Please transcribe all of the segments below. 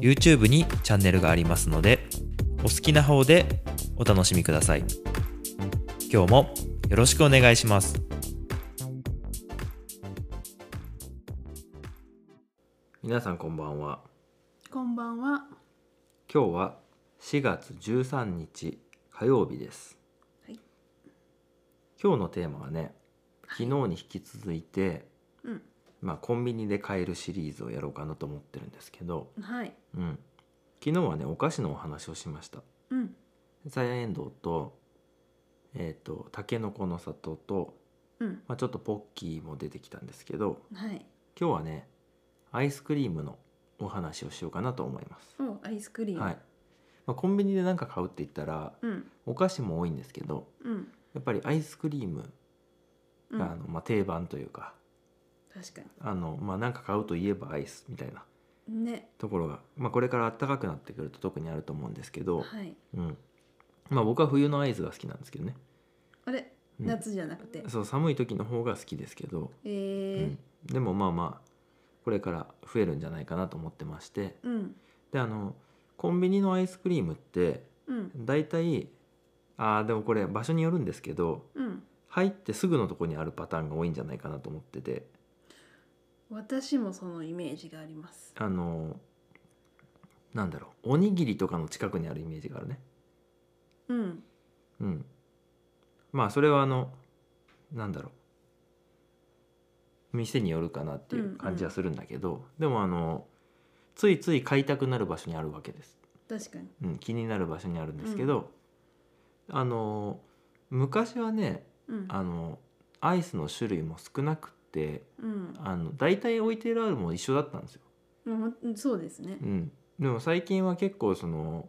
YouTube にチャンネルがありますのでお好きな方でお楽しみください今日もよろしくお願いします皆さんこんばんはこんばんは。今日は4月13日火曜日です、はい今日のテーマはね昨日に引き続いて、うん。まあ、コンビニで買えるシリーズをやろうかなと思ってるんですけど、はい。うん、昨日はねお菓子のお話をしましたうん。さやえんどうとえっ、とたけのこの里と、うん。まあ、ちょっとポッキーも出てきたんですけどはい。今日はねアイスクリームのお話をしようかなと思います、お、アイスクリーム。はい。まあ、コンビニで何か買うって言ったらうん。お菓子も多いんですけどうん。やっぱりアイスクリームうん。が、あのまあ、定番というか確かあの、まあ、何か買うといえばアイスみたいなに。ね。ところが、まあ、これから暖かくなってくると特にあると思うんですけど、はい。うんまあ、僕は冬のアイスが好きなんですけどね、あれ、うん夏じゃなくて。そう寒い時の方が好きですけど、えうん。ーでもまあまあこれから増えるんじゃないかなと思ってましてうん。であのコンビニのアイスクリームってうん。大体あーでもこれ場所によるんですけどうん。入ってすぐのとこにあるパターンが多いんじゃないかなと思ってて私もそのイメージがあります。あのなんだろうおにぎりとかの近くにあるイメージがあるね。うん。うん、まあそれはあのなんだろう店によるかなっていう感じはするんだけど、でもあのついつい買いたくなる場所にあるわけです、確かに。うん、気になる場所にあるんですけど、あの昔はねうん。あのアイスの種類も少なくってうん。あの大体置いてるあるも一緒だったんですよ、うん。そうですねう。ん、でも最近は結構その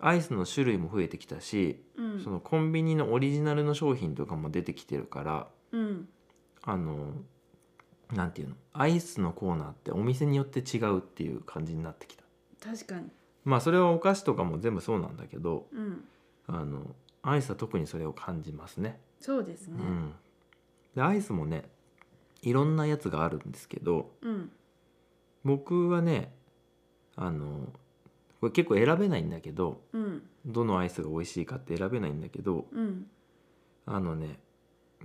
アイスの種類も増えてきたしうん。そのコンビニのオリジナルの商品とかも出てきてるからうん。あのなんていうのアイスのコーナーってお店によって違うっていう感じになってきた確かに。まあそれはお菓子とかも全部そうなんだけどうん。あのアイスは特にそれを感じますねそうですねう。んでアイスもねいろんなやつがあるんですけどうん。僕はねあのこれ結構選べないんだけどうん。どのアイスが美味しいかって選べないんだけどうん。あのね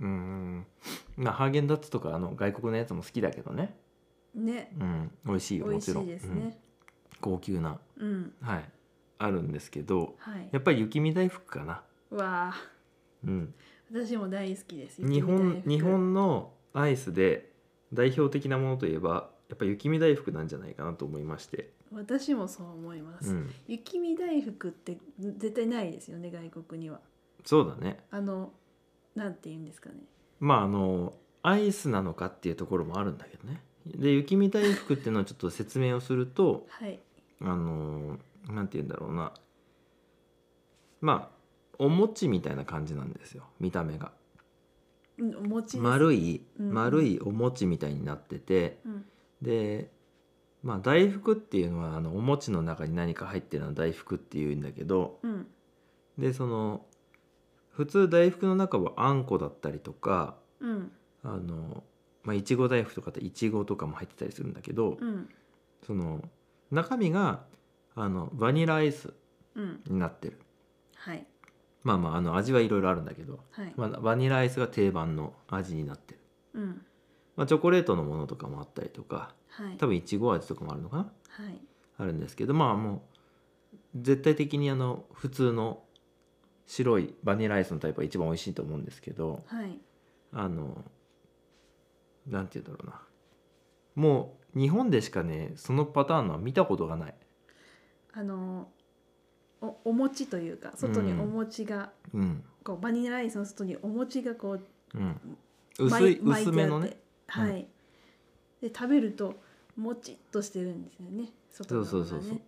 うーんまあハーゲンダッツとかあの外国のやつも好きだけどね、ね。うん、美味しいよ美も味しちろんいですうんね。高級なうん。はいあるんですけどはいや。っぱり雪見大福かな、わあ。うん、私も大好きです。日本日本のアイスで代表的なものといえばやっぱり雪見大福なんじゃないかなと思いまして、私もそう思います、うん、雪見大福って絶対ないですよね外国にはそうだねあのなんて言うんですかねまああのアイスなのかっていうところもあるんだけどねで雪見大福っていうのはちょっと説明をするとはいあのーなんて言うんだろうなまあお餅みたいな感じなんですよ見た目がうんお餅です丸いうん丸いお餅みたいになってて、うんでまあ大福っていうのはあのお餅の中に何か入ってるのを大福っていうんだけどうんでその普通大福の中はあんこだったりとかうんあの、まあ、いちご大福とかっていちごとかも入ってたりするんだけど、うんその中身があのバニラアイスうんになってるはいまあまああの味はいろいろあるんだけど、はい、まあ、バニラアイスが定番の味になってる、うんまあ、チョコレートのものとかもあったりとかはい多分いちご味とかもあるのかなはいあるんですけどまあもう絶対的にあの普通の白いバニラアイスのタイプが一番美味しいと思うんですけどはいあのなんて言うんだろうなもう日本でしかねそのパターンのは見たことがない、あのおお餅というか外にうんお餅が、うんこうバニラアイスの外にお餅がこううん、ま薄い巻薄めのいねてあうってんはい、で食べるともちっとしてるんですよね外そのう方がそねうそうそう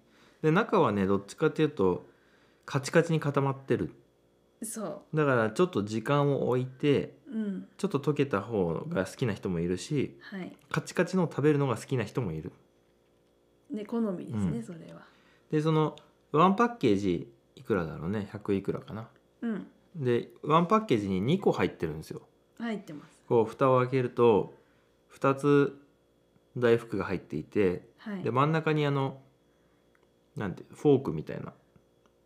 で中はねどっちかっていうとカチカチに固まってるそだからちょっと時間を置いてううんちょっと溶けた方が好きな人もいるしはいカチカチのを食べるのが好きな人もいるね好みですうね、んそれはでそのワンパッケージいくらだろうね100いくらかなうんでワンパッケージに2個入ってるんですよ入ってますこう蓋を開けると2つ大福が入っていてはいで真ん中にあのなんてフォークみたいな、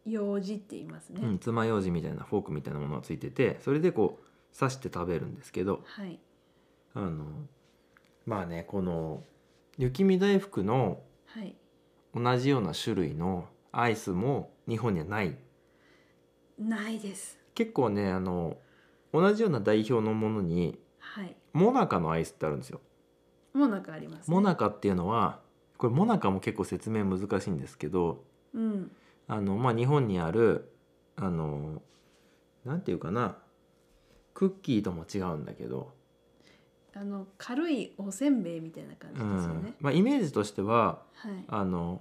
用事って言いますね、うん、爪楊枝みたいなフォークみたいなものがついててそれでこう刺して食べるんですけどはいあのまあねこの雪見大福のはい同じような種類のアイスも日本にはないないです結構ねあの同じような代表のものにはいモナカのアイスってあるんですよもなかあります、ね、モナカっていうのはこれモナカも結構説明難しいんですけどうんあのまあ日本にあるあのなんていうかなクッキーとも違うんだけど、あの軽いおせんべいみたいな感じうですよねん、まあ、イメージとしてははいあの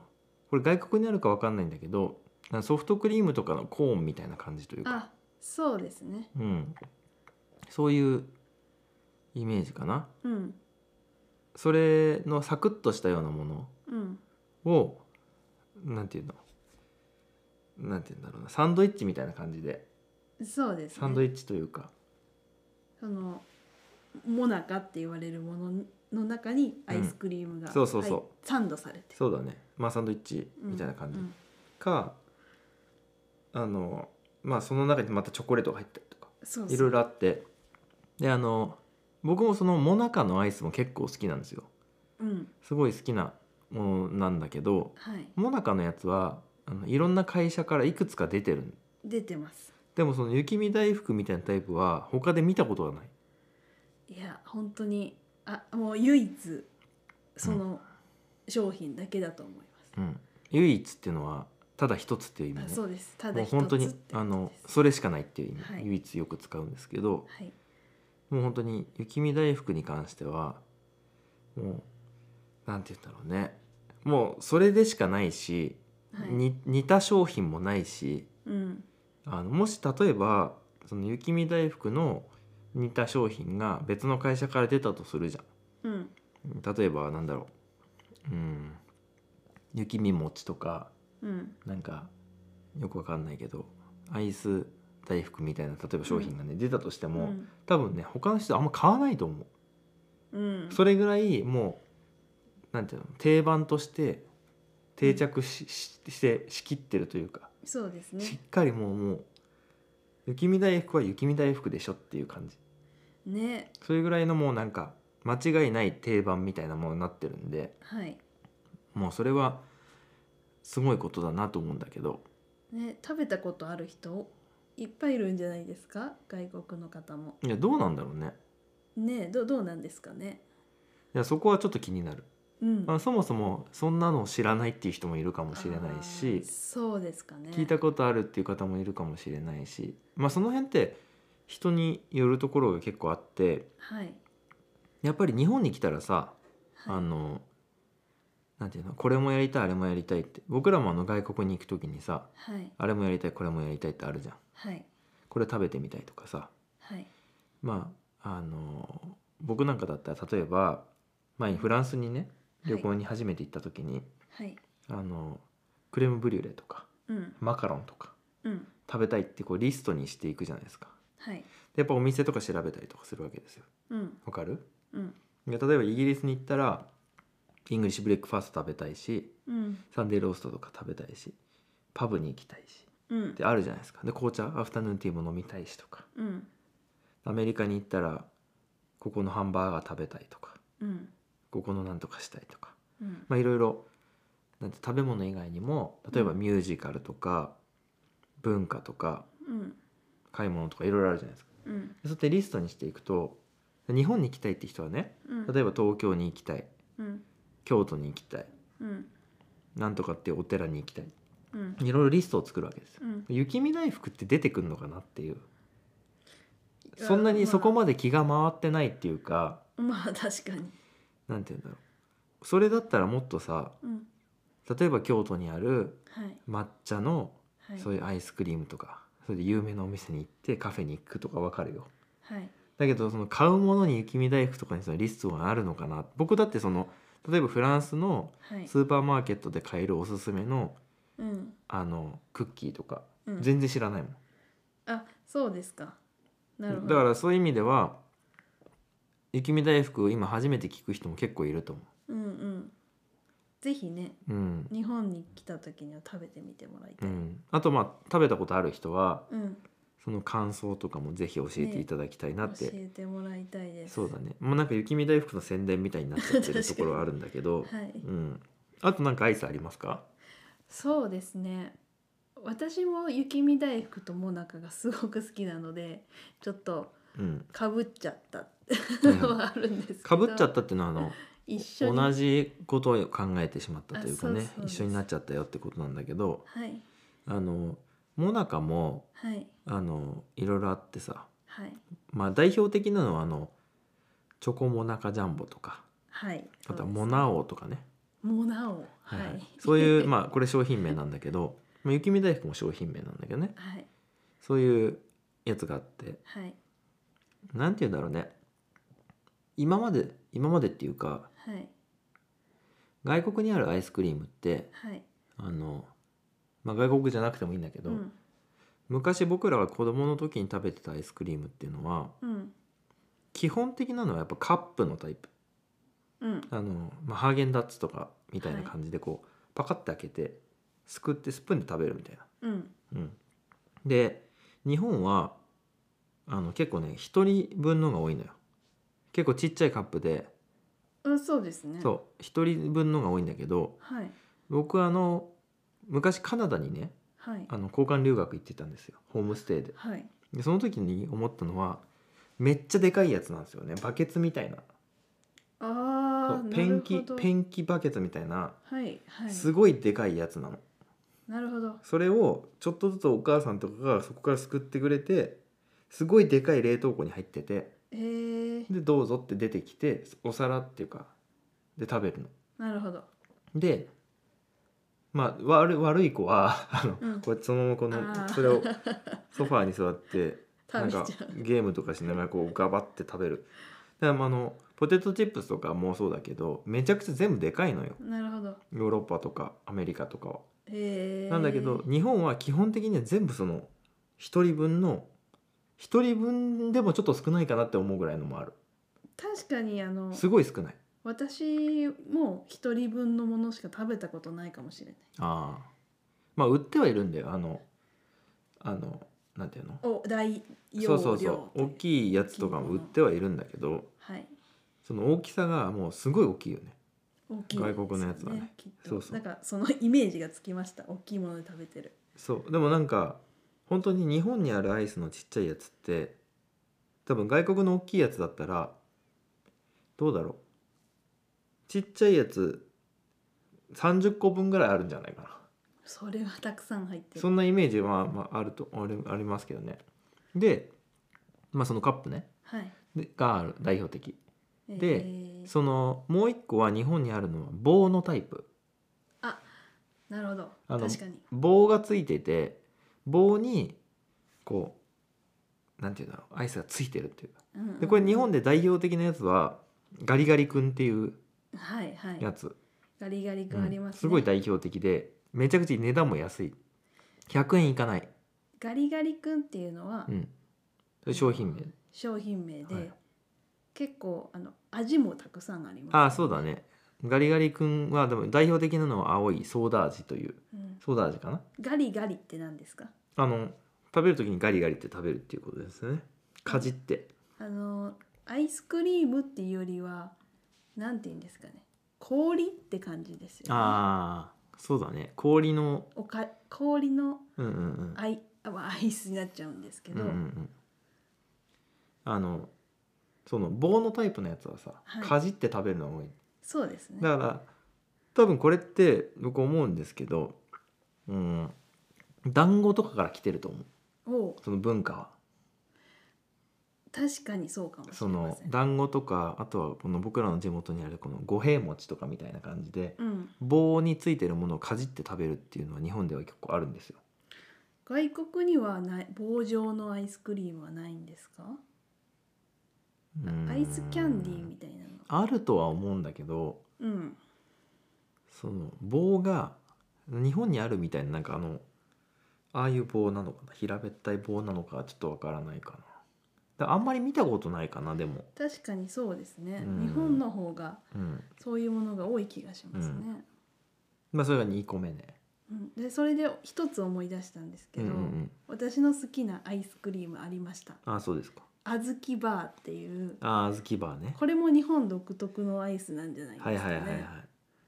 これ外国にあるかわかんないんだけどソフトクリームとかのコーンみたいな感じというか、あそうですねうん、そういうイメージかなうんそれのサクッとしたようなものうんをなんていうのなんていうんだろうなサンドイッチみたいな感じでそうですねサンドイッチというか、そのモナカって言われるものの中にアイスクリームが、うんそうそうそうはいサンドされてそうだねまあサンドイッチうんみたいな感じ、うんかあのまあその中にまたチョコレートが入ったりとかそうそういろいろあってであの僕もそのモナカのアイスも結構好きなんですようんすごい好きなものなんだけどはいモナカのやつはあのいろんな会社からいくつか出てるん出てますでもその雪見大福みたいなタイプは他で見たことがないいや本当にあもう唯一その商品だけだと思います、うん、唯一っていうのはただ一つっていう意味あねそうですただもう一つって本こ当とでにすあのそれしかないっていう意味、はい唯一よく使うんですけどはいもう本当に雪見大福に関してはもうなんて言うんだろうねもうそれでしかないし、はいに似た商品もないしうんあのもし例えばその雪見大福の似た商品が別の会社から出たとするじゃん。うん例えばなんだろううん雪見餅とかうんなんかよくわかんないけどアイス大福みたいな例えば商品がね、出たとしても、多分ね他の人あんま買わないと思ううんうんそれぐらいもうなんていうの定番として定着し,し、して仕切ってるというか、そうですしねっかりもうもう雪見大福は雪見大福でしょっていう感じねそれぐらいのもうなんか間違いない定番みたいなものになってるんではいもうそれはすごいことだなと思うんだけどね食べたことある人いっぱいいるんじゃないですか外国の方もいやどうなんだろうねねどどうなんですかねいやそこはちょっと気になる、うんまあ、そもそもそんなのを知らないっていう人もいるかもしれないあーし、そうですかね聞いたことあるっていう方もいるかもしれないし、まあ、その辺って人によるところが結構あってはいやっぱり日本に来たらさ、はあいのなんていうのこれもやりたいあれもやりたいって僕らもあの外国に行く時にさはいあれもやりたいこれもやりたいってあるじゃんはいこれ食べてみたいとかさはいまああの僕なんかだったら例えば前にフランスにね旅行に初めて行った時に、はいあのクレームブリュレとかうんマカロンとかうん食べたいってこうリストにしていくじゃないですかはいでやっぱお店とか調べたりとかするわけですようんわかるうんで例えばイギリスに行ったらイングリッシュブレックファースト食べたいしうんサンデーローストとか食べたいしパブに行きたいしうんであるじゃないですかで紅茶アフタヌーンティーも飲みたいしとかうんアメリカに行ったらここのハンバーガー食べたいとかうんここのなんとかしたいとかうんまあいろいろなんて食べ物以外にも例えばミュージカルとか文化とかうん買い物とかいろいろあるじゃないですかうんでそうやってリストにしていくと日本に行きたいって人はねうん例えば東京に行きたいうん京都に行きたいうんなんとかっていうお寺に行きたいうんいろいろリストを作るわけですようん雪見大福って出てくるのかなっていうそんなにそこでまで気が回ってないっていうかまあ確かになんて言うんだろうそれだったらもっとさうん例えば京都にあるはい抹茶のはいそういうアイスクリームとかそれで有名なお店に行ってカフェに行くとかわかるよはいだけどその買うものに雪見大福とかにそのリストがあるのかな僕だってその例えばフランスのはいスーパーマーケットで買えるおすすめのうんあのクッキーとかうん全然知らないもん、あそうですかなるほどだからそういう意味では雪見大福を今初めて聞く人も結構いると思うんうんぜひねううん、日本に来た時には食べてみてもらいたうい、ん、あとまあ食べたことある人はうん、その感想とかもぜひ教えていただきたいなっ教て、えてもらいたいですそうだねもうなんか雪見大福の宣伝みたいになっちゃってる確かとにころはあるんだけど、 はい、うん、あとなんかアイスありますかそうですね私も雪見大福ともなかがすごく好きなのでちょっとうん、かぶっちゃったうんのはあるんですけどかぶっちゃったっていうのはあの一緒に同じことを考えてしまったというかねあそうそうです一緒になっちゃったよってことなんだけどはいあのもなかもはいあのいろいろあってさ、はいまあ、代表的なのはあのチョコモナカジャンボとかはいあとはそうですモナオとかねモナオはいははいいそう いうまあこれ商品名なんだけど、まあ、雪見大福も商品名なんだけどねはいそういうやつがあってはいなんて言うんだろうね今まで今までっていうかはい外国にあるアイスクリームってはいあの、まあ、外国じゃなくてもいいんだけど、うん昔僕らが子供の時に食べてたアイスクリームっていうのはうん基本的なのはやっぱカップのタイプうんあの、まあ、ハーゲンダッツとかみたいな感じでこう、パカッて開けてすくってスプーンで食べるみたいな。うんうん、で日本はあの結構ね一人分のが多いのよ。結構ちっちゃいカップでうんそうですねそう1人分のが多いんだけどはい僕あの昔カナダにねはいあの交換留学行ってたんですよホームステイではいでその時に思ったのはめっちゃでかいやつなんですよねバケツみたいなあそあうペンキペンンキバケツみたいなはいはいすごいでかいやつなの、なるほどそれをちょっとずつお母さんとかがそこからすくってくれてすごいでかい冷凍庫に入っててえー、でどうぞって出てきてお皿っていうかで食べるのなるほどでまあ悪い悪い子はあの、うんこうやってそのままこあのーそれをソファーに座ってな 食んべちかゃうゲームとかしながらこうガバって食べるだからまああのポテトチップスとかもそうだけどめちゃくちゃ全部でかいのよなるほどヨーロッパとかアメリカとかは、えー、なんだけど日本は基本的には全部その1人分の1人分でもちょっと少ないかなって思うぐらいのもある確かにあのすごい少ない私も一人分のものしか食べたことないかもしれないああまあ売ってはいるんだよあのあのなんていうのお大容量そうそうそう大いきいやつとかも売ってはいるんだけどはいその大きさがもうすごい大きいよね大きいですよ外国のやつはねきっとそうそうなんかそのイメージがつきました大きいもので食べてるそうでもなんか本当に日本にあるアイスのちっちゃいやつって多分外国の大きいやつだったらどうだろうちっちゃいやつ30個分ぐらいあるんじゃないかなそれはたくさん入ってそるんなイメージは、まあ、あるとあれありますけどねでまあそのカップねはいでがある代表的でえーそのもう一個は日本にあるのは棒のタイプなるほどあの確かに棒がついてて棒にこうなんていうんだろうアイスがついてるっていうかうんうんでこれ日本で代表的なやつはガリガリ君っていうはいはいやつ、ガリガリう君んあります、ねすごい代表的でめちゃくちゃ値段も安い100円いかない、ガリガリ君っていうのはうん、それ商品名商品名で、はい結構あの味もたくさんありますああそうだねガリガリ君はでも代表的なのは青いソーダ味といううんソーダ味かなガリガリって何ですかあの食べる時にガリガリって食べるっていうことですねかじってあのアイスクリームっていうよりはなんて言うんですかね氷って感じですよ、ね、ああそうだね氷のおか氷のうんうんうんアイあまあアイスになっちゃうんですけうんど、うんうんあのその棒のタイプのやつはさ、はいかじって食べるのが多いそうですねだから多分これって僕思うんですけどうん団子とかから来てると思うおうその文化は確かにそうかもしそれまのせん団子とかあとはこの僕らの地元にあるこの五平餅とかみたいな感じでうん、棒についてるものをかじって食べるっていうのは日本では結構あるんですよ外国にはない棒状のアイスクリームはないんですかうんアイスキャンディーみたいなのあるとは思うんだけどうんその棒が日本にあるみたいななんかあのああいう棒なのかな平べったい棒なのかちょっとわからないかなだからあんまり見たことないかなでも確かにそうですね、うん日本の方がうんそういうものが多い気がしますね、まあそれが2個目ねうんでそれで一つ思い出したんですけうんど、うんうん私の好きなアイスクリームありましたああそうですかあずきバーっていうああずきバーねこれも日本独特のアイスなんじゃないですかはいねはいはいはい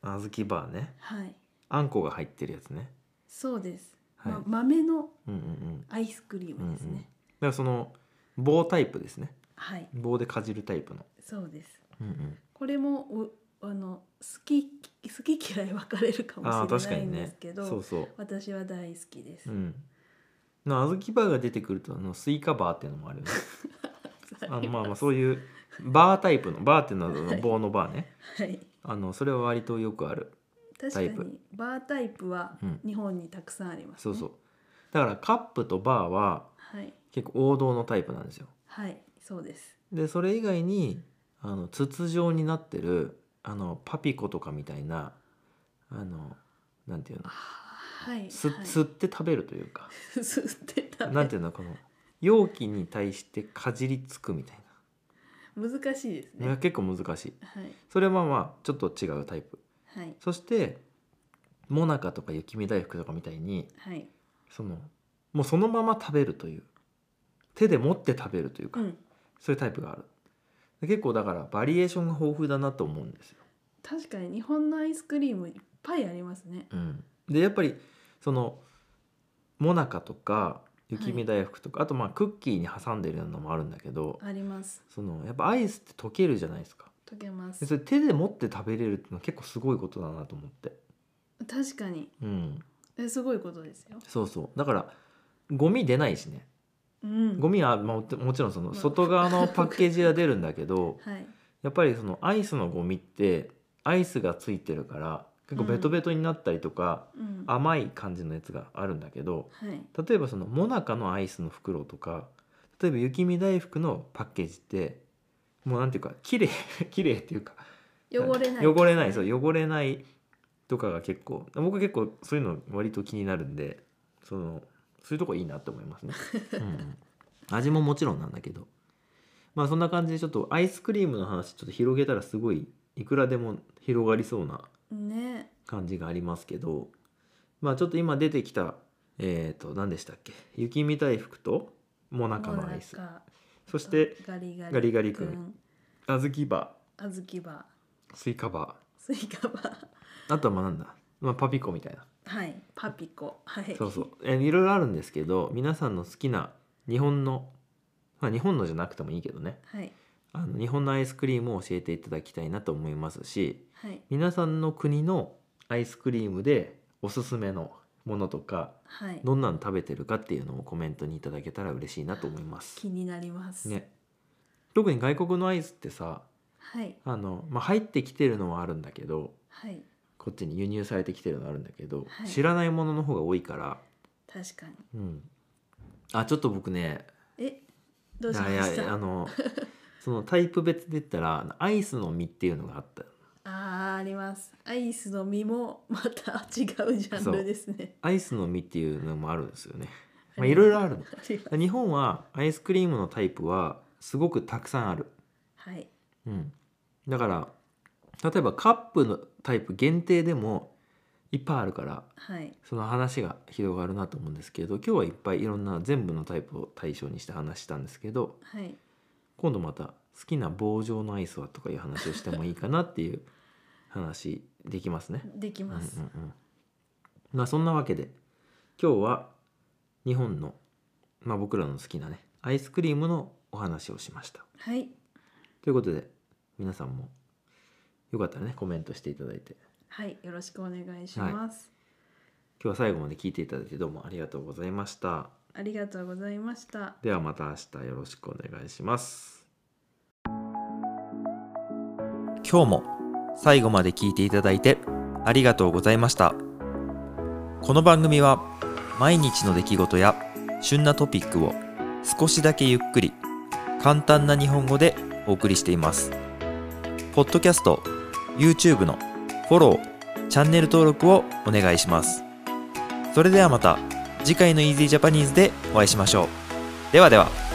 あずきバーねはいあんこが入ってるやつねそうです、はい、ま、豆のうんうんうんアイスクリームですね、うんうんだからその棒タイプですねはい棒でかじるタイプのそうですうんうんこれもおあの好き好き嫌い分かれるかああもし確かれないにんでねすけど、そうそう私は大好き です、うん。の小豆バーが出てくるとあのスイカバーっていうのもあるよ ね。あのまあまあそういうバータイプのバーっていうのはあはのい棒のバーね。はいあのそれは割とよくある。確かタイプにバータイプはうん日本にたくさんあります、そねうそう。だからカップとバーははい結構王道のタイプなんですよ。はいそうですでそれ以外にあの筒状になってるあのパピコとかみたいなあのなんていうのあーはいすはい吸って食べるというか、 吸ってたなんていうのこの容器に対してかじりつくみたい難しいですな、ね結構難しい。はいそれはまあまあちょっと違うタイプはいそしてもなかとか雪見大福とかみたいにはいそのもうそのまま食べるという手で持って食べるというか、うんそういうタイプがあるで結構だからバリエーションが豊富だなと思うんですよ、確かに日本のアイスクリームいっぱいありますねうん、でやっぱりそのもなかとか雪見大福とか、あとまあクッキーに挟んでるようなのもあるんだけどありますそのやっぱアイスって溶けるじゃないですか溶けまですそれ手で持って食べれるっていうのは結構すごいことだなと思って確かにうんえすごいことですよそうそうだからゴミ出ないしねうんゴミは、まあ、ももちろんそのまあ外側のパッケージは出るんだけど はいやっぱりそのアイスのゴミってアイスがついてるから結構ベトベトになったりとか、うん甘い感じのやつがあるんだけどはい例えばそのモナカのアイスの袋とか例えば雪見大福のパッケージってもうなんていうか綺麗 綺麗っていうか汚れない汚れないそう汚れないとかが結構僕結構そういうの割と気になるんでそのそういうとこいいなって思い ますね、うんうん、味ももちろんなんだけどまあそんな感じでちょっとアイスクリームの話ちょっと広げたらすごいいくらでも広がりそうなね感じがありますけどまあちょっと今出てきたえっ、と何でしたっけ雪見大福とモナカのアイスもなかそしてガリガリガリガリ君小豆バあずきバースイカバースイカバーーあとはまあなんだ、まあ、パピコみたいなはいパピコはいそうそうえいろいろあるんですけど皆さんの好きな日本のまあ日本のじゃなくてもいいけどねはいあの日本のアイスクリームを教えていただきたいなと思いますしはい皆さんの国のアイスクリームでおすすめのものとかはいどんなの食べてるかっていうのをコメントにいただけたら嬉しいなと思います気。になりますね、特に外国のアイスってさはいあの、まあ、入ってきてるのはあるんだけどはいこっちに輸入されてきてるのはあるんだけど、はい知らないものの方が多いから。確かにうん、あちょっと僕ねえどうしまいやしいやたあのそのタイプ別で言ったらアイスの実っていうのがあったあーありますアイスの実もまた違うジャンルですねアイスの実っていうのもあるんですよね、まああ、りいますろいろあるありますの日本はアイスクリームのタイプはすごくたくさんある、はいうん、だから例えばカップのタイプ限定でもいっぱいあるからはいその話が広がるなと思うんですけど今日はいっぱいいろんな全部のタイプを対象にして話したんですけどはい今度また好きな棒状のアイスはとかいう話をしてもいいかなっていう話できますね。できうんうんます、うんまあそんなわけで今日は日本の、まあ、僕らの好きなねアイスクリームのお話をしました。はいということで皆さんもよかったらねコメントしていただいてはいよろしくお願いします、今日は最後まで聞いていただいてどうもありがとうございました。ありがとうございました。ではまた明日よろしくお願いします今日も最後まで聞いていただいてありがとうございましたこの番組は毎日の出来事や旬なトピックを少しだけゆっくり簡単な日本語でお送りしていますポッドキャスト YouTube のフォローチャンネル登録をお願いしますそれではまた次回の Easy Japanese でお会いしましょうではでは